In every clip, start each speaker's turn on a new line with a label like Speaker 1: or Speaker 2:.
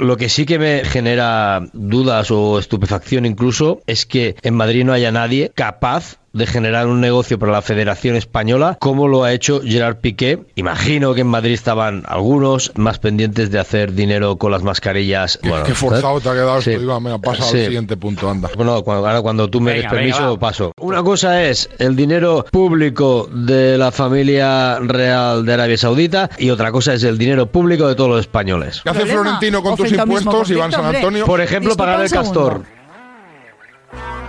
Speaker 1: Lo que sí que me genera dudas o estupefacción incluso es que en Madrid no haya nadie capaz de generar un negocio para la Federación Española como lo ha hecho Gerard Piqué. Imagino que en Madrid estaban algunos más pendientes de hacer dinero con las mascarillas. Bueno,
Speaker 2: Qué forzado
Speaker 1: ¿sabes?
Speaker 2: te ha quedado
Speaker 1: Sí.
Speaker 2: esto, Iván. Venga, pasa
Speaker 1: Sí.
Speaker 2: al siguiente punto, anda.
Speaker 1: Bueno, cuando, ahora cuando tú me
Speaker 3: Venga,
Speaker 1: des permiso,
Speaker 3: venga, va.
Speaker 1: paso. Una cosa es el dinero público de la familia real de Arabia Saudita y otra cosa es el dinero público de todos los españoles.
Speaker 2: ¿Qué hace
Speaker 4: Problema.
Speaker 2: Florentino con tus
Speaker 4: Ofrenta al mismo
Speaker 2: impuestos, Iván
Speaker 4: conflicto,
Speaker 2: San
Speaker 4: hombre.
Speaker 2: Antonio?
Speaker 1: Por ejemplo,
Speaker 4: Disculpa
Speaker 1: pagar
Speaker 4: un
Speaker 1: el
Speaker 4: segundo.
Speaker 1: castor.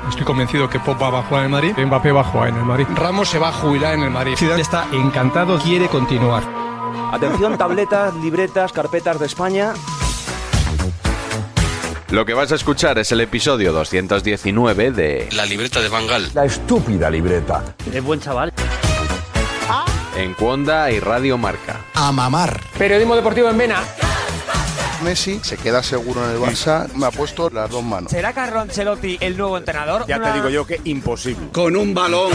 Speaker 5: Estoy convencido que Pop va a jugar en el Madrid, Mbappé va a jugar en el Madrid, Ramos se va a jubilar en el Madrid. Ciudad está encantado, quiere continuar.
Speaker 6: Atención, tabletas, libretas, carpetas de España.
Speaker 7: Lo que vas a escuchar es el episodio 219 de
Speaker 3: La libreta de Bangal.
Speaker 6: La estúpida libreta.
Speaker 3: Es buen chaval.
Speaker 7: En Cuonda y Radio Marca.
Speaker 8: a mamar.
Speaker 5: Periodismo deportivo en Vena.
Speaker 9: Messi se queda seguro en el Barça. Me ha puesto las dos manos.
Speaker 3: ¿Será Carlo Ancelotti el nuevo entrenador?
Speaker 6: Ya te digo yo que imposible.
Speaker 8: Con un balón.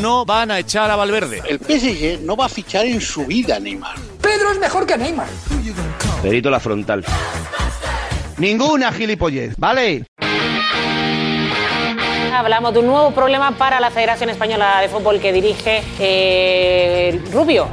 Speaker 3: No van a echar a Valverde.
Speaker 9: El PSG no va a fichar en su vida, Neymar.
Speaker 4: Pedro es mejor que Neymar.
Speaker 6: Perito la frontal.
Speaker 8: Ninguna gilipollez, ¿vale?
Speaker 10: Hablamos de un nuevo problema para la Federación Española de Fútbol que dirige eh, Rubio.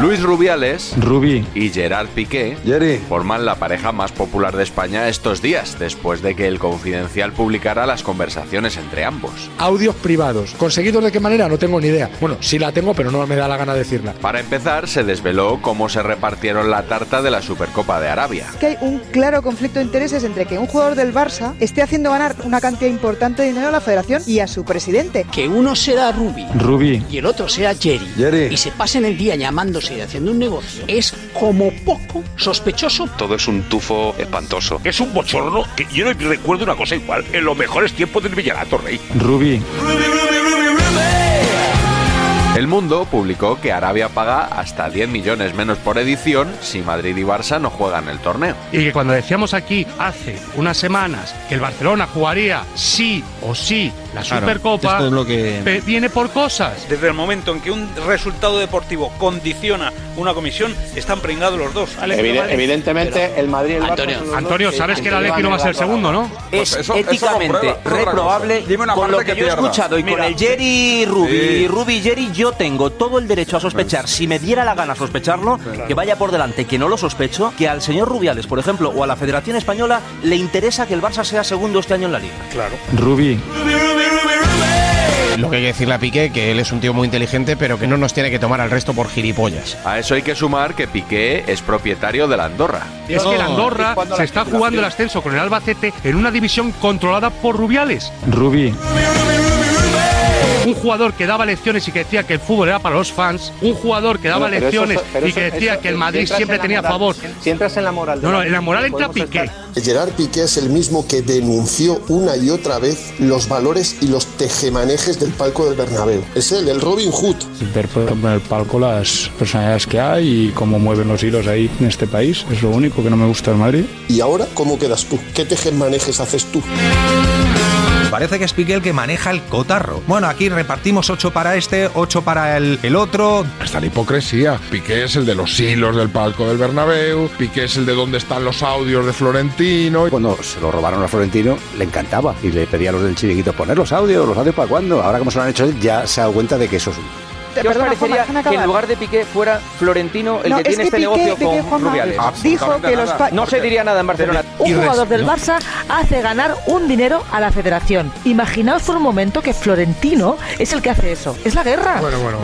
Speaker 7: Luis Rubiales
Speaker 5: Rubí.
Speaker 7: y Gerard Piqué
Speaker 6: Jerry.
Speaker 7: forman la pareja más popular de España estos días, después de que el Confidencial publicara las conversaciones entre ambos.
Speaker 5: Audios privados. ¿Conseguidos de qué manera? No tengo ni idea. Bueno, sí la tengo, pero no me da la gana decirla.
Speaker 7: Para empezar, se desveló cómo se repartieron la tarta de la Supercopa de Arabia.
Speaker 4: que hay un claro conflicto de intereses entre que un jugador del Barça esté haciendo ganar una cantidad importante de dinero a la federación y a su presidente.
Speaker 8: Que uno sea Ruby
Speaker 5: Rubí.
Speaker 8: y el otro sea Jerry,
Speaker 6: Jerry.
Speaker 8: y se pasen el día llamándose y haciendo un negocio es como poco sospechoso.
Speaker 6: Todo es un tufo espantoso. Es un bochorno que yo no recuerdo una cosa igual en los mejores tiempos del Villarato, Rey.
Speaker 5: Rubí.
Speaker 7: El Mundo publicó que Arabia paga hasta 10 millones menos por edición si Madrid y Barça no juegan el torneo.
Speaker 5: Y que cuando decíamos aquí hace unas semanas que el Barcelona jugaría sí o sí la Supercopa, pe- viene por cosas.
Speaker 6: Desde el momento en que un resultado deportivo condiciona una comisión, están pringados los dos.
Speaker 9: evidentemente, el Madrid y el Antonio,
Speaker 5: Antonio, sabes que el Atleti no va a ser segundo, ¿no?
Speaker 6: Es éticamente reprobable.
Speaker 9: con lo que, yo he escuchado y
Speaker 6: Mira.
Speaker 9: con el Jerry Ruby,
Speaker 6: Sí.
Speaker 9: Ruby Jerry, yo tengo todo el derecho a sospechar, si me diera la gana sospecharlo, que vaya por delante, que no lo sospecho, que al señor Rubiales, por ejemplo, o a la Federación Española le interesa que el Barça sea segundo este año en la liga.
Speaker 5: Rubí.
Speaker 8: Lo que hay que decirle a Piqué que él es un tío muy inteligente, pero que no nos tiene que tomar al resto por gilipollas.
Speaker 7: A eso hay que sumar que Piqué es propietario de la Andorra.
Speaker 5: Y es que el Andorra se está jugando el ascenso con el Albacete en una división controlada por Rubiales. Rubí. Un jugador que daba lecciones y que decía que el fútbol era para los fans. Un jugador que daba lecciones y que decía que el Madrid siempre tenía favor.
Speaker 9: Si entras en la moral.
Speaker 5: No, no, en la moral entra Piqué.
Speaker 4: Gerard Piqué es el mismo que denunció una y otra vez los valores y los tejemanejes del palco del Bernabéu. Es él, el Robin Hood.
Speaker 5: Ver en el palco las personalidades que hay y cómo mueven los hilos ahí en este país. Es lo único que no me gusta del Madrid.
Speaker 4: ¿Y ahora cómo quedas tú? ¿Qué tejemanejes haces tú?
Speaker 6: Parece que es Piqué el que maneja el cotarro. Bueno, aquí repartimos 8 para este, 8 para el, el otro.
Speaker 2: Hasta la hipocresía. Piqué es el de los hilos del palco del Bernabéu. Piqué es el de dónde están los audios de Florentino.
Speaker 6: Cuando se lo robaron a Florentino, le encantaba y le pedía a los del chiringuito poner los audios, los audios para cuándo. Ahora como se lo han hecho, él, ya se ha dado cuenta de que eso es un
Speaker 11: ¿Qué os parecería que en lugar de Piqué fuera Florentino el
Speaker 12: No,
Speaker 11: que
Speaker 12: es
Speaker 11: tiene
Speaker 12: que
Speaker 11: este
Speaker 12: Piqué,
Speaker 11: negocio
Speaker 12: Piqué,
Speaker 11: con
Speaker 12: Juanma,
Speaker 11: Rubiales?
Speaker 12: dijo que los pa-
Speaker 11: No se diría nada en Barcelona.
Speaker 12: Un jugador del
Speaker 11: No.
Speaker 12: Barça hace ganar un dinero a la federación. Imaginaos por un momento que Florentino es el que hace eso. Es la guerra.
Speaker 13: bueno, bueno.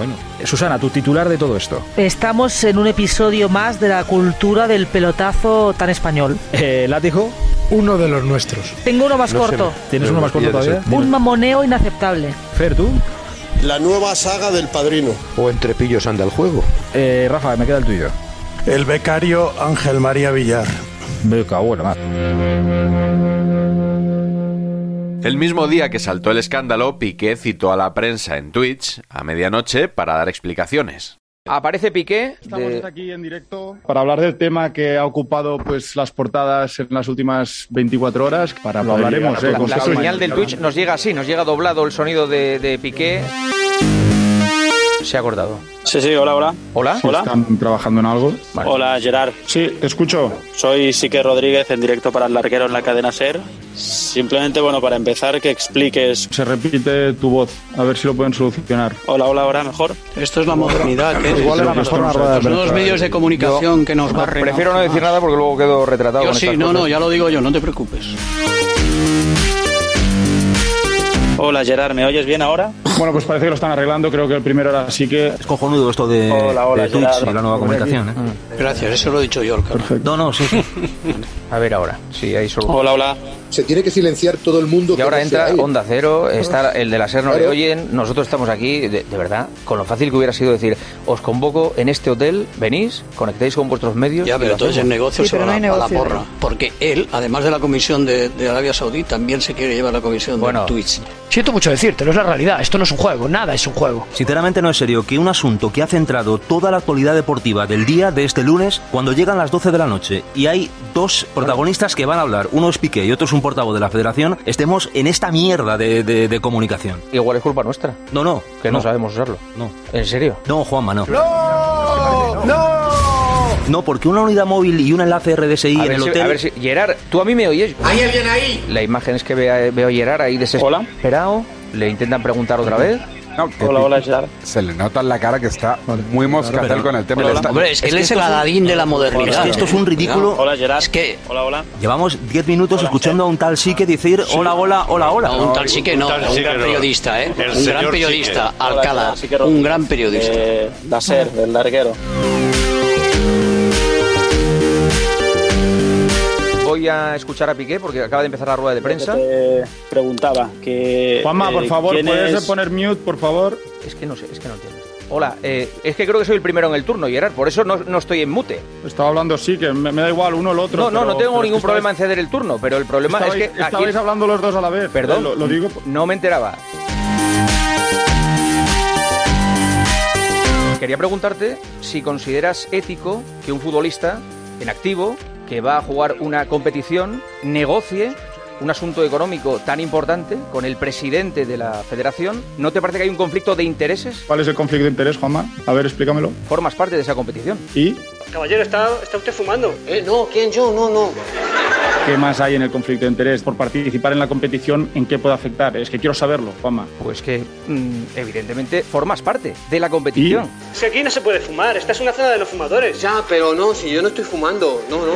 Speaker 13: Susana, tu titular de todo esto.
Speaker 12: Estamos en un episodio más de la cultura del pelotazo tan español.
Speaker 13: Eh, látigo.
Speaker 14: Uno de los nuestros.
Speaker 12: Tengo uno más
Speaker 13: No se
Speaker 12: corto.
Speaker 13: ve. ¿Tienes uno más corto todavía?
Speaker 12: Un mamoneo inaceptable.
Speaker 13: Fer, tú.
Speaker 4: La nueva saga del padrino.
Speaker 13: O entre pillos anda el juego. Eh, Rafa, me queda el tuyo.
Speaker 14: El becario Ángel María Villar.
Speaker 13: Me cago en la
Speaker 7: El mismo día que saltó el escándalo, Piqué citó a la prensa en Twitch a medianoche para dar explicaciones.
Speaker 11: Aparece Piqué. de-
Speaker 5: aquí en directo para hablar del tema que ha ocupado pues las portadas en las últimas 24 horas. Para eh,
Speaker 13: Lo hablaremos,
Speaker 11: La, la señal del Twitch nos llega así, nos llega doblado el sonido de, de Piqué. Se ha acordado.
Speaker 5: Sí, sí, hola, hola.
Speaker 11: Hola.
Speaker 5: Hola. ¿Están trabajando en algo? Hola, Gerard. Sí, te escucho. Soy Sique Rodríguez, en directo para el larguero en la cadena SER. Simplemente, bueno, para empezar, que expliques... Se repite tu voz, a ver si lo pueden solucionar. Hola, hola, ahora mejor.
Speaker 8: Esto es la modernidad, ¿eh?
Speaker 5: Igual era mejor una rueda de
Speaker 8: Los nuevos
Speaker 5: prensa.
Speaker 8: medios de comunicación que nos barren.
Speaker 11: Prefiero no decir nada porque luego quedo retratado.
Speaker 8: Yo
Speaker 11: con
Speaker 8: sí,
Speaker 11: estas
Speaker 8: no,
Speaker 11: cosas.
Speaker 8: no, ya lo digo yo, no te preocupes.
Speaker 5: Hola, Gerard, ¿me oyes bien ahora? Bueno, pues parece que lo están arreglando, creo que el primero era Sique. Es
Speaker 9: cojonudo esto de,
Speaker 5: Hola, hola,
Speaker 9: de Twitch
Speaker 5: Gerard.
Speaker 9: y la nueva
Speaker 5: Hombre,
Speaker 9: comunicación. ¿eh?
Speaker 5: aquí. Ah.
Speaker 8: Gracias, eso lo he dicho yo,
Speaker 9: No, no, sí.
Speaker 11: A ver ahora. Sí, ahí solo.
Speaker 5: Hola, hola.
Speaker 11: Se tiene que silenciar todo el mundo. Y ahora entra Onda Cero, está el de la SER, no le
Speaker 5: Claro.
Speaker 11: oyen. Nosotros estamos aquí, de, de verdad, con lo fácil que hubiera sido decir, os convoco en este hotel, venís, conectáis con vuestros medios.
Speaker 8: Ya,
Speaker 11: y lo
Speaker 8: pero entonces el
Speaker 11: hacemos.
Speaker 8: negocio se va a la- a la porra. Porque él, además de la comisión de, de Arabia Saudí, también se quiere llevar la comisión de Twitch.
Speaker 12: Siento mucho decírtelo, es la realidad. Esto no es un juego, nada es un juego.
Speaker 9: Sinceramente no es serio que un asunto que ha centrado toda la actualidad deportiva del día de este lunes, cuando llegan las 12 de la noche y hay dos protagonistas que van a hablar, uno es Piqué y otro es un portavoz de la federación, estemos en esta mierda de, de- de comunicación.
Speaker 11: Igual es culpa nuestra.
Speaker 9: No, no.
Speaker 11: Que no, sabemos usarlo.
Speaker 9: No.
Speaker 11: ¿En serio?
Speaker 9: No, Juanma, no.
Speaker 11: ¡No! ¡No!
Speaker 9: No, porque una unidad móvil y un enlace RDSI
Speaker 11: A
Speaker 9: en
Speaker 11: ver,
Speaker 9: el
Speaker 11: si,
Speaker 9: hotel...
Speaker 11: a ver si- Gerard, tú a mí me oyes. ¿Hay alguien ahí? La imagen es que vea- veo a Gerard ahí desesperado. Le intentan preguntar otra vez.
Speaker 5: Hola, hola, Gerard.
Speaker 15: Se le nota en la cara que está muy moscatel
Speaker 9: Claro, pero-
Speaker 15: con el tema.
Speaker 9: Hola,
Speaker 15: Le está-
Speaker 9: hombre, es que él es el Aladín de la modernidad. Es que esto es
Speaker 8: ¿eh?
Speaker 9: un ridículo.
Speaker 5: Hola, Gerard. Es que... Hola, hola.
Speaker 9: Llevamos 10 minutos escuchando a un tal sí que decir hola, hola, hola, hola.
Speaker 8: No, un tal sí que no, un, gran periodista, ¿eh? Un gran periodista, Alcalá, un gran periodista.
Speaker 5: la SER, del larguero.
Speaker 11: Voy a escuchar a Piqué porque acaba de empezar la rueda de prensa.
Speaker 5: Te preguntaba que...
Speaker 11: Juanma, por favor, ¿puedes poner
Speaker 5: mute, por favor?
Speaker 11: Es que no sé, es que no entiendo. Hola, eh, es que creo que soy el primero en el turno, Gerard, por eso no, no estoy en mute.
Speaker 5: Estaba hablando sí, que me, me da igual uno o el otro.
Speaker 11: No, no,
Speaker 5: pero-
Speaker 11: no tengo
Speaker 5: pero
Speaker 11: ningún
Speaker 5: es que
Speaker 11: problema en
Speaker 5: estabais-
Speaker 11: ceder el turno, pero el problema es
Speaker 5: estabais-
Speaker 11: que aquí...
Speaker 5: estabais hablando los dos a la vez.
Speaker 11: Perdón,
Speaker 5: Lo, lo digo...
Speaker 11: No me enteraba. Quería preguntarte si consideras ético que un futbolista en activo que va a jugar una competición negocie un asunto económico tan importante con el presidente de la federación. ¿No te parece que hay un conflicto de intereses?
Speaker 5: ¿Cuál es el conflicto de interés, Juanma? A ver, explícamelo.
Speaker 11: Formas parte de esa competición.
Speaker 5: ¿Y
Speaker 1: Caballero, ¿está, está usted fumando? Eh, no, ¿quién yo? No, no.
Speaker 5: qué más hay en el conflicto de interés? Por participar en la competición, ¿en qué puede afectar? Es que quiero saberlo, Juanma.
Speaker 11: Pues que, evidentemente, formas parte de la competición.
Speaker 1: Es que aquí no se puede fumar, esta es una zona de los fumadores. Ya, pero no, si yo no estoy fumando, no, no.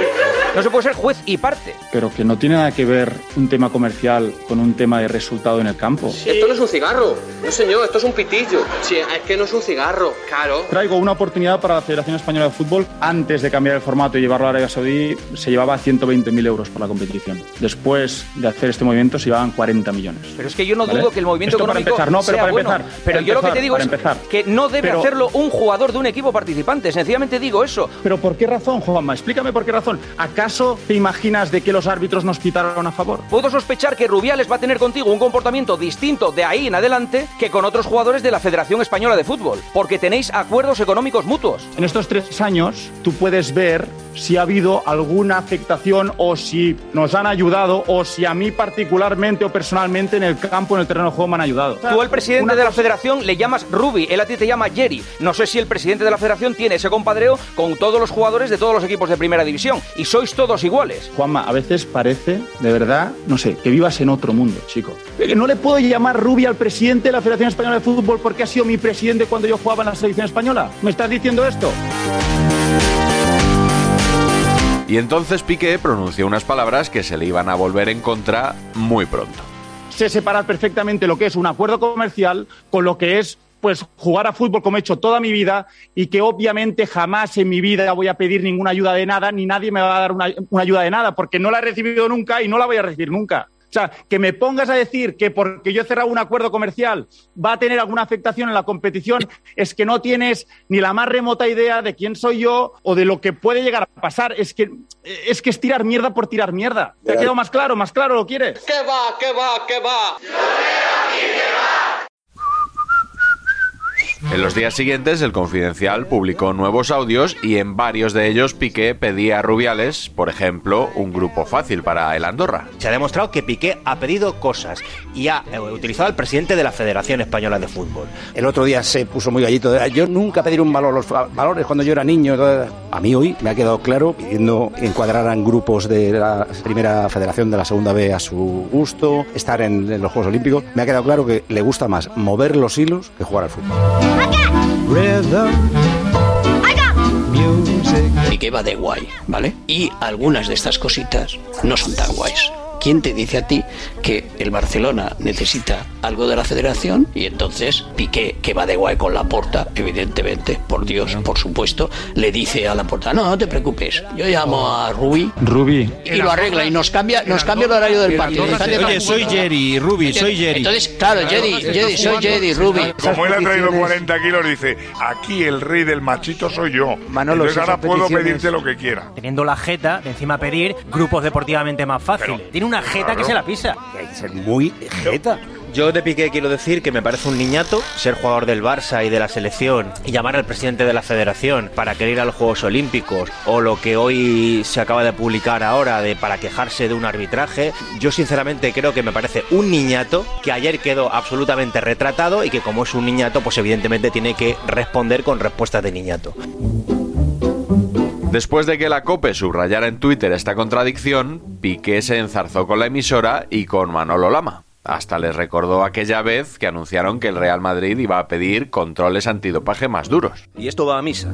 Speaker 11: No se puede ser juez y parte.
Speaker 5: Pero que no tiene nada que ver un tema comercial con un tema de resultado en el campo.
Speaker 1: Esto no es un cigarro, no señor, esto es un pitillo. Sí, es que no es un cigarro, claro.
Speaker 5: Traigo una oportunidad para la Federación Española de Fútbol. Antes de cambiar el formato y llevarlo a Arabia Saudí, se llevaba 120.000 euros por la competición. Después de hacer este movimiento, se llevaban 40 millones.
Speaker 11: Pero es que yo no
Speaker 5: ¿Vale?
Speaker 11: dudo que el movimiento
Speaker 5: Esto para
Speaker 11: económico
Speaker 5: empezar, no, pero
Speaker 11: sea
Speaker 5: para
Speaker 11: bueno.
Speaker 5: empezar,
Speaker 11: pero
Speaker 5: para
Speaker 11: yo lo que te
Speaker 5: empezar,
Speaker 11: digo
Speaker 5: para
Speaker 11: es
Speaker 5: empezar.
Speaker 11: que no debe
Speaker 5: Pero-
Speaker 11: hacerlo un jugador de un equipo participante. Sencillamente digo eso.
Speaker 5: Pero ¿por qué razón, Juanma? Explícame por qué razón. ¿Acaso te imaginas de que los árbitros nos pitaron a favor?
Speaker 11: Puedo sospechar que Rubiales va a tener contigo un comportamiento distinto de ahí en adelante que con otros jugadores de la Federación Española de Fútbol, porque tenéis acuerdos económicos mutuos.
Speaker 5: En estos tres años tú puedes ver si ha habido alguna afectación o si nos han ayudado o si a mí particularmente o personalmente en el campo, en el terreno de juego me han ayudado.
Speaker 11: Tú al presidente
Speaker 5: Una
Speaker 11: de la
Speaker 5: cosa-
Speaker 11: federación le llamas Ruby, él a ti te llama Jerry. Nos sé si el presidente de la federación tiene ese compadreo con todos los jugadores de todos los equipos de primera división. Y sois todos iguales.
Speaker 5: Juanma, a veces parece, de verdad, no sé, que vivas en otro mundo, chico. Que No le puedo llamar rubia al presidente de la Federación Española de Fútbol porque ha sido mi presidente cuando yo jugaba en la selección española. ¿Me estás diciendo esto?
Speaker 7: Y entonces Piqué pronunció unas palabras que se le iban a volver en contra muy pronto.
Speaker 5: Sé separar perfectamente lo que es un acuerdo comercial con lo que es pues jugar a fútbol como he hecho toda mi vida y que obviamente jamás en mi vida voy a pedir ninguna ayuda de nada ni nadie me va a dar una, una ayuda de nada porque no la he recibido nunca y no la voy a recibir nunca. O sea, que me pongas a decir que porque yo he cerrado un acuerdo comercial va a tener alguna afectación en la competición es que no tienes ni la más remota idea de quién soy yo o de lo que puede llegar a pasar. Es que es, que es tirar mierda por tirar mierda. ¿Te ha quedado más claro? ¿Más claro lo quieres?
Speaker 16: ¿Qué va? ¿Qué va? ¿Qué va?
Speaker 7: En los días siguientes, el Confidencial publicó nuevos audios y en varios de ellos Piqué pedía a Rubiales, por ejemplo, un grupo fácil para el Andorra.
Speaker 3: Se ha demostrado que Piqué ha pedido cosas y ha eh, utilizado al presidente de la Federación Española de Fútbol.
Speaker 17: El otro día se puso muy gallito. de, Yo nunca pedir un valor, los fa- valores cuando yo era niño. eh". A mí hoy me ha quedado claro pidiendo encuadraran grupos de la primera federación de la segunda B a su gusto, estar en, en los Juegos Olímpicos. Me ha quedado claro que le gusta más mover los hilos que jugar al fútbol.
Speaker 8: Y que va de guay, ¿vale? Y algunas de estas cositas no son tan guays. ¿Quién te dice a ti que el Barcelona necesita algo de la federación? Y entonces Piqué, que va de guay con la porta, evidentemente, por Dios, por supuesto, le dice a la porta, no, no te preocupes, yo llamo a Rubí
Speaker 18: Rubí.
Speaker 8: y lo arregla y nos cambia, nos cambia el horario del partido.
Speaker 19: Oye, soy Jerry, Ruby, soy Jerry.
Speaker 8: Entonces, claro, Jerry, Jerry, soy Jerry, Ruby.
Speaker 2: Como él ha traído 40 kilos, dice, aquí el rey del machito soy yo.
Speaker 8: Manolo,
Speaker 2: Entonces
Speaker 8: esas
Speaker 2: ahora puedo
Speaker 8: peticiones-
Speaker 2: pedirte lo que quiera.
Speaker 20: Teniendo la jeta, de encima pedir grupos deportivamente más fácil. Tiene una jeta
Speaker 2: claro.
Speaker 20: que se la pisa.
Speaker 3: muy jeta. Yo de Piqué quiero decir que me parece un niñato ser jugador del Barça y de la selección y llamar al presidente de la federación para querer ir a los Juegos Olímpicos o lo que hoy se acaba de publicar ahora de para quejarse de un arbitraje. Yo sinceramente creo que me parece un niñato que ayer quedó absolutamente retratado y que como es un niñato pues evidentemente tiene que responder con respuestas de niñato.
Speaker 7: Después de que la COPE subrayara en Twitter esta contradicción, Piqué se enzarzó con la emisora y con Manolo Lama. Hasta les recordó aquella vez que anunciaron que el Real Madrid iba a pedir controles antidopaje más duros.
Speaker 21: Y esto va a misa.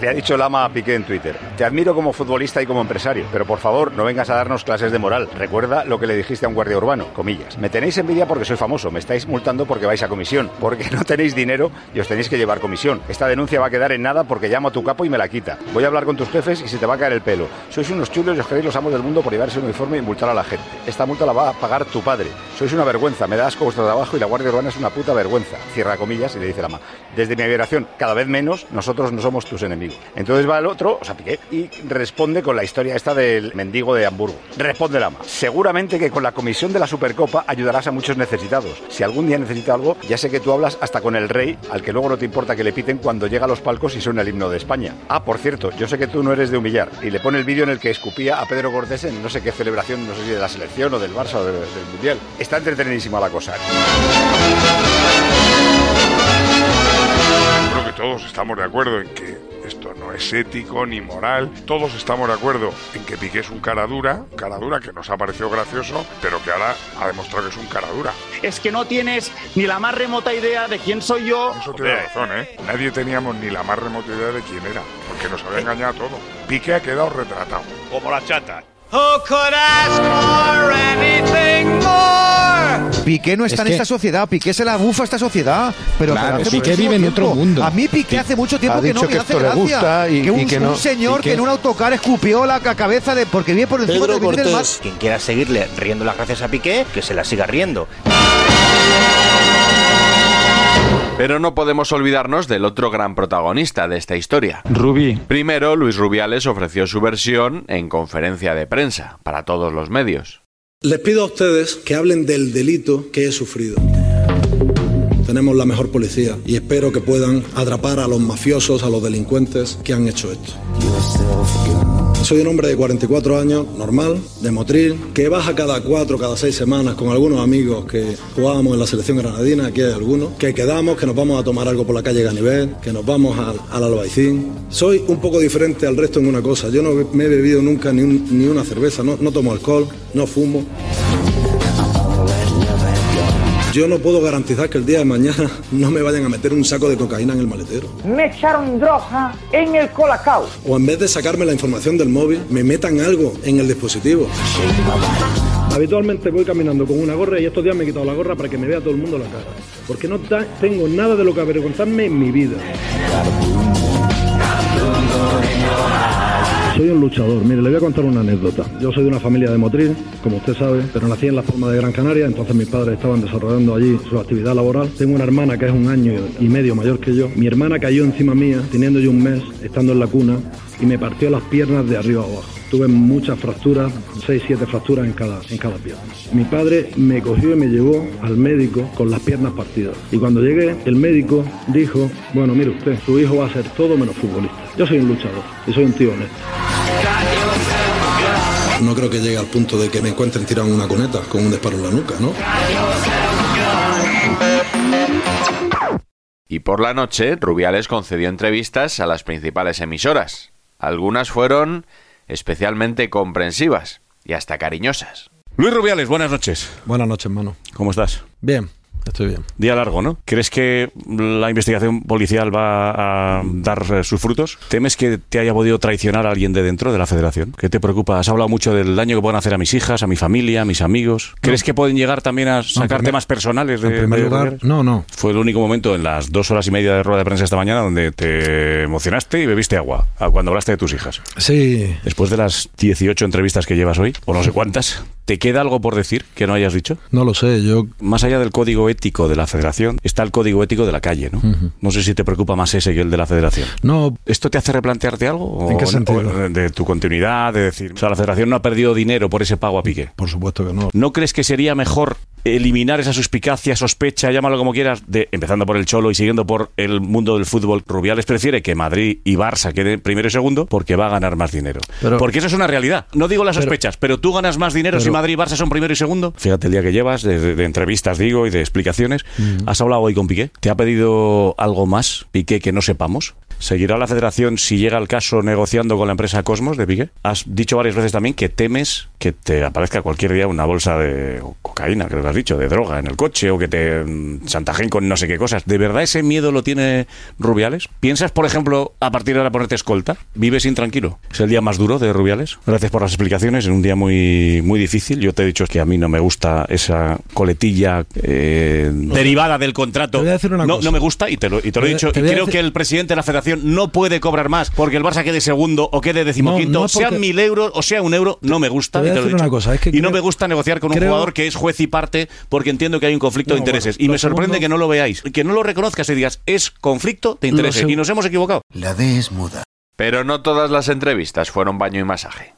Speaker 6: Le ha dicho Lama a Piqué en Twitter. Te admiro como futbolista y como empresario, pero por favor no vengas a darnos clases de moral. Recuerda lo que le dijiste a un guardia urbano, comillas. Me tenéis envidia porque soy famoso, me estáis multando porque vais a comisión, porque no tenéis dinero y os tenéis que llevar comisión. Esta denuncia va a quedar en nada porque llamo a tu capo y me la quita. Voy a hablar con tus jefes y se te va a caer el pelo. Sois unos chulos y os queréis los amos del mundo por llevarse el uniforme y multar a la gente. Esta multa la va a pagar tu padre. Sois una vergüenza, me da asco vuestro trabajo y la Guardia Urbana es una puta vergüenza. Cierra comillas y le dice la ma. Desde mi liberación, cada vez menos, nosotros no somos tus enemigos. Entonces va el otro, o sea, Piqué, y responde con la historia esta del mendigo de Hamburgo. Responde Lama. Seguramente que con la comisión de la Supercopa ayudarás a muchos necesitados. Si algún día necesita algo, ya sé que tú hablas hasta con el rey, al que luego no te importa que le piten cuando llega a los palcos y suena el himno de España. Ah, por cierto, yo sé que tú no eres de humillar. Y le pone el vídeo en el que escupía a Pedro Cortés en no sé qué celebración, no sé si de la selección o del Barça o de- del Mundial. Está entretenidísima la cosa.
Speaker 2: Yo Creo que todos estamos de acuerdo en que esto no es ético ni moral. Todos estamos de acuerdo en que Piqué es un cara dura, cara dura que nos ha parecido gracioso, pero que ahora ha demostrado que es un cara dura.
Speaker 5: Es que no tienes ni la más remota idea de quién soy yo.
Speaker 2: Eso tiene razón, ¿eh? Nadie teníamos ni la más remota idea de quién era, porque nos había engañado a todo. Piqué ha quedado retratado. Como la chata.
Speaker 22: Piqué no está
Speaker 6: Es
Speaker 22: en
Speaker 6: que-
Speaker 22: esta sociedad, Piqué se la bufa a esta sociedad. Pero
Speaker 6: Claro,
Speaker 22: pero hace
Speaker 6: Piqué
Speaker 22: muchísimo
Speaker 6: vive en otro
Speaker 22: tiempo.
Speaker 6: mundo.
Speaker 22: A mí Piqué
Speaker 6: Pi-
Speaker 22: hace mucho tiempo
Speaker 6: ha
Speaker 22: que no
Speaker 6: dicho
Speaker 22: me
Speaker 6: que
Speaker 22: hace
Speaker 6: esto le
Speaker 22: gracia.
Speaker 6: gusta y-
Speaker 22: que un,
Speaker 6: y que
Speaker 22: un
Speaker 6: no-
Speaker 22: señor
Speaker 6: y que-
Speaker 22: que en un autocar escupió la ca- cabeza de porque vive por encima del vidrio del mar.
Speaker 3: Quien quiera seguirle riendo las gracias a Piqué, que se las siga riendo.
Speaker 7: Pero no podemos olvidarnos del otro gran protagonista de esta historia.
Speaker 18: Rubí.
Speaker 7: Primero, Luis Rubiales ofreció su versión en conferencia de prensa, para todos los medios.
Speaker 23: Les pido a ustedes que hablen del delito que he sufrido.
Speaker 24: Tenemos la mejor policía y espero que puedan atrapar a los mafiosos, a los delincuentes que han hecho esto. Soy un hombre de 44 años, normal, de Motril, que baja cada cuatro, cada seis semanas con algunos amigos que jugábamos en la selección granadina, aquí hay algunos, que quedamos, que nos vamos a tomar algo por la calle Ganivet, que nos vamos al, al Albaicín. Soy un poco diferente al resto en una cosa, yo no me he bebido nunca ni, un- ni una cerveza, no, no tomo alcohol, no fumo. Yo no puedo garantizar que el día de mañana no me vayan a meter un saco de cocaína en el maletero.
Speaker 10: Me echaron droga en el colacao.
Speaker 24: O en vez de sacarme la información del móvil, me metan algo en el dispositivo.
Speaker 23: Habitualmente voy caminando con una gorra y estos días me he quitado la gorra para que me vea todo el mundo la cara. Porque no ta- tengo nada de lo que avergonzarme en mi vida. Soy un luchador. Mire, le voy a contar una anécdota. Yo soy de una familia de Motril, como usted sabe, pero nací en Las Palmas de Gran Canaria, entonces mis padres estaban desarrollando allí su actividad laboral. Tengo una hermana que es un año y medio mayor que yo. Mi hermana cayó encima mía, teniendo yo un mes, estando en la cuna, y me partió las piernas de arriba a abajo. Tuve muchas fracturas, 6, 7 fracturas en cada, en cada pierna. Mi padre me cogió y me llevó al médico con las piernas partidas. Y cuando llegué, el médico dijo, bueno, mire usted, su hijo va a ser todo menos futbolista. Yo soy un luchador y soy un tío honesto.
Speaker 24: No creo que llegue al punto de que me encuentren tirado en una cuneta con un disparo en la nuca, ¿no?
Speaker 7: Y por la noche, Rubiales concedió entrevistas a las principales emisoras. Algunas fueron especialmente comprensivas y hasta cariñosas.
Speaker 25: Luis Rubiales, buenas noches.
Speaker 24: Buenas noches, hermano.
Speaker 25: ¿Cómo estás?
Speaker 24: Bien, estoy bien.
Speaker 25: Día largo, ¿no? ¿Crees que la investigación policial va a dar eh, sus frutos? ¿Temes que te haya podido traicionar alguien de dentro de la federación? ¿Qué te preocupa? Has hablado mucho del daño que pueden hacer a mis hijas, a mi familia, a mis amigos. ¿Crees que pueden llegar también a sacar
Speaker 24: primer-
Speaker 25: temas personales de,
Speaker 24: En primer
Speaker 25: de
Speaker 24: lugar,
Speaker 25: Rubiales?
Speaker 24: no, no.
Speaker 25: Fue el único momento en las dos horas y media de rueda de prensa esta mañana donde te emocionaste y bebiste agua a cuando hablaste de tus hijas.
Speaker 24: Sí,
Speaker 25: Después de las 18 entrevistas que llevas hoy, o no sé cuántas, ¿te queda algo por decir que no hayas dicho?
Speaker 24: no lo sé, yo...
Speaker 25: Más allá del código ético de la federación, está el código ético de la calle, ¿no?
Speaker 24: Ujú.
Speaker 25: No sé si te preocupa más ese que el de la federación.
Speaker 24: No,
Speaker 25: ¿Esto te hace replantearte algo? ¿O-
Speaker 24: ¿En qué
Speaker 25: o
Speaker 24: sentido?
Speaker 25: de tu continuidad, de decir, o sea, la federación no ha perdido dinero por ese pago a Piqué.
Speaker 24: por supuesto que no.
Speaker 25: ¿No crees que sería mejor eliminar esa suspicacia, sospecha, llámalo como quieras, de empezando por el Cholo y siguiendo por el mundo del fútbol? Rubiales prefiere que Madrid y Barça queden primero y segundo porque va a ganar más dinero. Pero- porque eso es una realidad. No digo las Pero- sospechas, pero, tú ganas más dinero si Pero- Madrid y Barça son primero y segundo. Fíjate el día que llevas de, de- de entrevistas, digo, y de explicaciones. ¿Has hablado hoy con Piqué? ¿Te ha pedido algo más, Piqué, que no sepamos? ¿Seguirá la federación, si llega el caso, negociando con la empresa Cosmos de Piqué? Has dicho varias veces también que temes que te aparezca cualquier día una bolsa de cocaína, creo que has dicho, de droga en el coche o que te mm, chantajen con no sé qué cosas. ¿De verdad ese miedo lo tiene Rubiales? ¿Piensas, por ejemplo, a partir de ahora ponerte escolta? ¿Vives intranquilo? ¿Es el día más duro de Rubiales? Gracias por las explicaciones. En un día muy, muy difícil, yo te he dicho que a mí no me gusta esa coletilla eh, derivada del contrato. no, no me gusta y te lo, y te lo he
Speaker 24: Te-
Speaker 25: dicho.
Speaker 24: te
Speaker 25: Y
Speaker 24: voy a
Speaker 25: creo
Speaker 24: decir-
Speaker 25: que el presidente de la federación no puede cobrar más porque el Barça quede segundo o quede decimoquinto.
Speaker 24: No, no, porque-
Speaker 25: Sean mil euros o sea un euro, no me gusta.
Speaker 24: Te voy a
Speaker 25: y te lo he
Speaker 24: decir una
Speaker 25: dicho.
Speaker 24: cosa, es que
Speaker 25: y no
Speaker 24: creo-
Speaker 25: me gusta negociar con un
Speaker 24: creo-
Speaker 25: jugador que es juez y parte porque entiendo que hay un conflicto de
Speaker 24: No,
Speaker 25: intereses.
Speaker 24: bueno,
Speaker 25: y
Speaker 24: lo
Speaker 25: me sorprende
Speaker 24: segundo-
Speaker 25: que no lo veáis. Que no lo reconozcas y digas, es conflicto de
Speaker 24: Lo
Speaker 25: intereses.
Speaker 24: seg-
Speaker 25: Y nos hemos equivocado.
Speaker 7: La D es muda. Pero no todas las entrevistas fueron baño y masaje.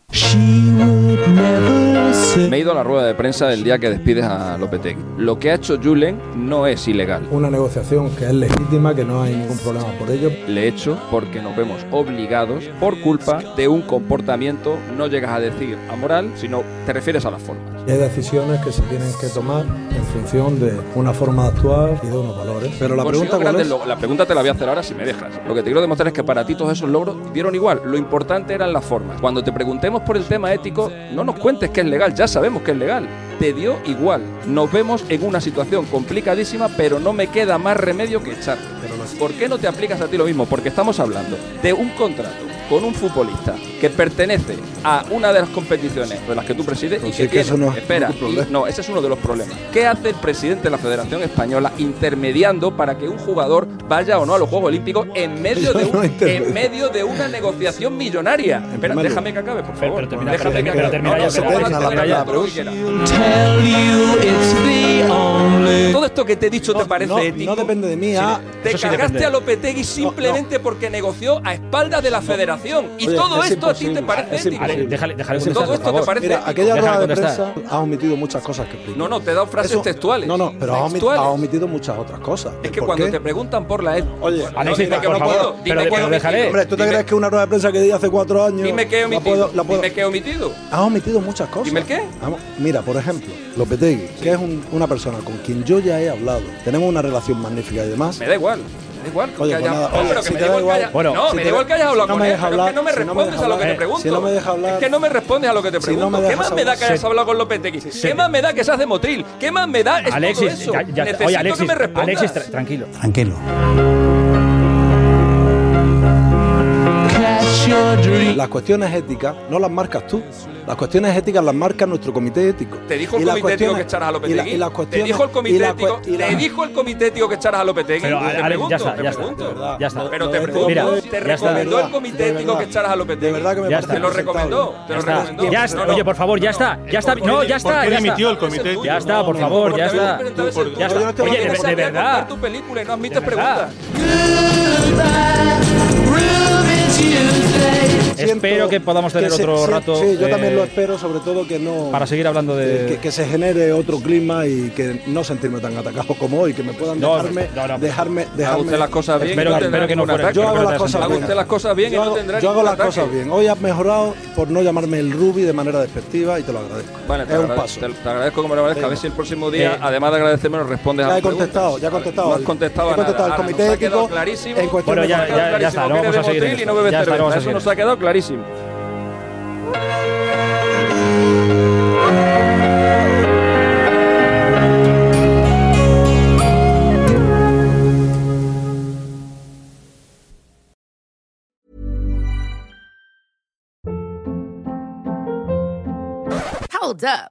Speaker 26: Me he ido a la rueda de prensa del día que despides a Lopetegui. Lo que ha hecho Julen no es ilegal.
Speaker 24: Una negociación que es legítima, que no hay ningún problema por ello.
Speaker 26: Le he hecho porque nos vemos obligados por culpa de un comportamiento, no llegas a decir amoral, sino te refieres a las formas.
Speaker 24: Y hay decisiones que se tienen que tomar en función de una forma de actuar y de unos valores. Pero la
Speaker 26: Consigo
Speaker 24: pregunta cuál
Speaker 26: grandes
Speaker 24: es?
Speaker 26: logros. La pregunta te la voy a hacer ahora si me dejas. Lo que te quiero demostrar es que para ti todos esos logros dieron igual. Lo importante eran las formas. Cuando te preguntemos por el tema ético, no nos cuentes que es legal. Ya sabemos que es legal. Te dio igual. Nos vemos en una situación complicadísima, pero no me queda más remedio que echarte. ¿Por qué no te aplicas a ti lo mismo? Porque estamos hablando de un contrato con un futbolista que pertenece a una de las competiciones de las que tú presides y
Speaker 24: Pues sí
Speaker 26: que
Speaker 24: que eso
Speaker 26: tiene-
Speaker 24: no es
Speaker 26: espera,
Speaker 24: ningún problema.
Speaker 26: y- no, ese es uno de los problemas. ¿Qué hace el presidente de la Federación Española intermediando para que un jugador vaya o no a los Juegos Olímpicos en medio de, un- en medio de una negociación millonaria? Espera,
Speaker 27: primer
Speaker 26: déjame que acabe, por favor.
Speaker 27: termina,
Speaker 26: déjame que
Speaker 27: pero
Speaker 26: acabe.
Speaker 27: termina
Speaker 26: No,
Speaker 27: ya,
Speaker 26: no, se
Speaker 27: pero
Speaker 26: puede
Speaker 27: termina
Speaker 26: hacer
Speaker 27: la
Speaker 26: la
Speaker 27: palabra.
Speaker 26: que quiera. Todo esto que te he dicho te parece
Speaker 24: no,
Speaker 26: ético.
Speaker 24: No depende de mí.
Speaker 26: Sí,
Speaker 24: ah.
Speaker 26: te cargaste a Lopetegui simplemente porque negoció a espaldas de la federación. Y
Speaker 24: Oye,
Speaker 26: todo
Speaker 24: es
Speaker 26: esto a ti te
Speaker 24: imposible.
Speaker 26: parece
Speaker 24: Es
Speaker 26: ético.
Speaker 24: imposible.
Speaker 23: déjale, déjale, déjale
Speaker 26: Todo
Speaker 23: contestar, por
Speaker 26: esto te
Speaker 23: favor.
Speaker 26: parece
Speaker 23: Mira,
Speaker 26: ético.
Speaker 23: aquella
Speaker 26: Déjale
Speaker 23: rueda de
Speaker 26: contestar.
Speaker 23: prensa ha omitido muchas cosas que explico.
Speaker 26: No, no, te he dado frases
Speaker 23: Eso-
Speaker 26: textuales.
Speaker 23: No, no, pero ha omitido,
Speaker 26: Textuales.
Speaker 23: ha omitido muchas otras cosas.
Speaker 26: Es que cuando te preguntan por la ética. Oye,
Speaker 23: Alexis,
Speaker 26: dime que
Speaker 23: por
Speaker 26: no
Speaker 23: favor,
Speaker 26: puedo. Dime
Speaker 23: pero-
Speaker 26: que
Speaker 23: pero
Speaker 26: he
Speaker 23: déjale.
Speaker 26: omitido.
Speaker 23: Hombre, ¿tú te
Speaker 26: Dime-
Speaker 23: crees que una rueda de prensa que di hace cuatro años.
Speaker 26: Dime que he
Speaker 23: la puedo-
Speaker 26: omitido.
Speaker 23: la puedo-
Speaker 26: Dime que he omitido.
Speaker 23: Ha omitido muchas cosas.
Speaker 26: Dime el qué.
Speaker 23: Vamos, Mira, por ejemplo, Lopetegui, que es un- una persona con quien yo ya he hablado. Tenemos una relación magnífica y demás.
Speaker 26: Me da igual. Me da igual. que
Speaker 23: Oye,
Speaker 26: haya-
Speaker 23: pues nada,
Speaker 26: No,
Speaker 23: oye,
Speaker 26: pero que
Speaker 23: si
Speaker 26: me
Speaker 23: te
Speaker 26: da igual
Speaker 23: da
Speaker 26: que
Speaker 23: igual-
Speaker 26: haya-
Speaker 23: Bueno,
Speaker 26: No, me
Speaker 23: si
Speaker 26: da
Speaker 23: te-
Speaker 26: igual que hayas
Speaker 23: si
Speaker 26: hablado
Speaker 23: no
Speaker 26: con
Speaker 23: me
Speaker 26: él.
Speaker 23: deja
Speaker 26: pero Es que
Speaker 23: hablar,
Speaker 26: no me
Speaker 23: si no me
Speaker 26: respondes
Speaker 23: deja
Speaker 26: a lo que te
Speaker 23: hablar,
Speaker 26: pregunto. Eh,
Speaker 23: si no me deja hablar,
Speaker 26: Es que no me respondes a lo que te
Speaker 23: si no
Speaker 26: pregunto.
Speaker 23: me
Speaker 26: ¿Qué más
Speaker 23: dejas
Speaker 26: me da que
Speaker 23: hablar,
Speaker 26: hayas
Speaker 23: se-
Speaker 26: hablado con Lopetegui? ¿Qué más me da que seas de Motril? ¿Qué más me da es todo
Speaker 23: Alexis,
Speaker 26: eso?
Speaker 23: ya- ya- oye,
Speaker 26: Necesito que
Speaker 23: Alexis,
Speaker 26: me respondas.
Speaker 23: Alexis, tra- tranquilo.
Speaker 3: Tranquilo.
Speaker 23: Las cuestiones éticas no las marcas tú. Las cuestiones éticas las marca nuestro comité ético.
Speaker 26: Te dijo
Speaker 23: Y
Speaker 26: el
Speaker 23: las
Speaker 26: comité ético que
Speaker 23: cuestiones-
Speaker 26: echaras a
Speaker 23: y la-
Speaker 26: Lopetegui.
Speaker 23: y las
Speaker 26: Te
Speaker 23: cuestiones-
Speaker 26: dijo el
Speaker 23: y
Speaker 26: comité
Speaker 23: las
Speaker 26: ético.
Speaker 23: cue- y las-
Speaker 26: Te dijo el comité ético que echaras a Lopetegui.
Speaker 23: Pero,
Speaker 26: te
Speaker 23: Ale- Ale,
Speaker 26: pregunto,
Speaker 23: ya está,
Speaker 26: te
Speaker 23: ya está,
Speaker 26: pregunto.
Speaker 23: de verdad. Ya está.
Speaker 26: Pero te
Speaker 23: Lo- lo-
Speaker 26: recomendó,
Speaker 23: mira,
Speaker 26: te
Speaker 23: ya está.
Speaker 26: recomendó el
Speaker 23: De
Speaker 26: comité ético
Speaker 23: verdad.
Speaker 26: que echaras a Lopetegui.
Speaker 23: De verdad que me Ya
Speaker 26: Te
Speaker 23: está.
Speaker 26: lo recomendó. Te
Speaker 23: Ya
Speaker 26: lo
Speaker 23: está.
Speaker 26: recomendó.
Speaker 23: Ya
Speaker 26: No,
Speaker 23: está.
Speaker 26: no.
Speaker 23: Oye, por favor, ya está. Ya está. No, ya está, ya está. Ya está, por favor, ya está. Ya está. Oye, de- de verdad.
Speaker 26: tu película y no admites preguntas.
Speaker 23: Espero
Speaker 5: que podamos tener
Speaker 23: se-
Speaker 5: otro
Speaker 23: sí,
Speaker 5: rato,
Speaker 23: Sí, yo
Speaker 5: eh,
Speaker 23: también lo espero, sobre todo que no.
Speaker 5: para seguir hablando de-
Speaker 23: Que, que se genere otro clima y que no sentirme tan atacado como hoy, que me puedan
Speaker 5: No,
Speaker 23: dejarme.
Speaker 5: no, no.
Speaker 23: dejarme, dejarme
Speaker 26: Haga usted las cosas bien.
Speaker 23: Espero-
Speaker 26: y tendrá
Speaker 23: espero que no
Speaker 26: ningún
Speaker 23: fuera-
Speaker 26: ataque.
Speaker 23: yo hago las cosas
Speaker 26: Haga
Speaker 23: bien.
Speaker 26: usted las cosas bien y
Speaker 23: yo
Speaker 26: no
Speaker 23: hago,
Speaker 26: tendrá
Speaker 23: yo hago
Speaker 26: ningún
Speaker 23: las
Speaker 26: ataque.
Speaker 23: cosas bien. Hoy has mejorado por no llamarme el Ruby de manera despectiva y te lo agradezco.
Speaker 26: Vale, te,
Speaker 23: es un
Speaker 26: agrade-
Speaker 23: paso.
Speaker 26: te- te agradezco como lo agradezco. A ver
Speaker 23: Venga.
Speaker 26: si el próximo día,
Speaker 23: Eh,
Speaker 26: además de agradecerme, nos respondes a
Speaker 23: Ya he
Speaker 26: las preguntas.
Speaker 23: contestado, ya he contestado.
Speaker 26: No has contestado
Speaker 23: He
Speaker 26: a nada.
Speaker 23: contestado al
Speaker 26: Ahora,
Speaker 23: comité
Speaker 26: nos ha quedado
Speaker 23: ético
Speaker 26: clarísimo.
Speaker 23: en cuestión Bueno, de- ya-
Speaker 26: Nos ha quedado
Speaker 23: ya- ya está,
Speaker 26: clarísimo
Speaker 23: no
Speaker 26: que
Speaker 23: vamos a
Speaker 26: eres de
Speaker 23: seguir en
Speaker 26: Motril y
Speaker 23: esto.
Speaker 26: no bebes
Speaker 23: Ya está, no
Speaker 26: cerveza.
Speaker 23: vamos a
Speaker 26: Eso
Speaker 23: seguir
Speaker 26: nos ha quedado clarísimo.
Speaker 28: Hold up.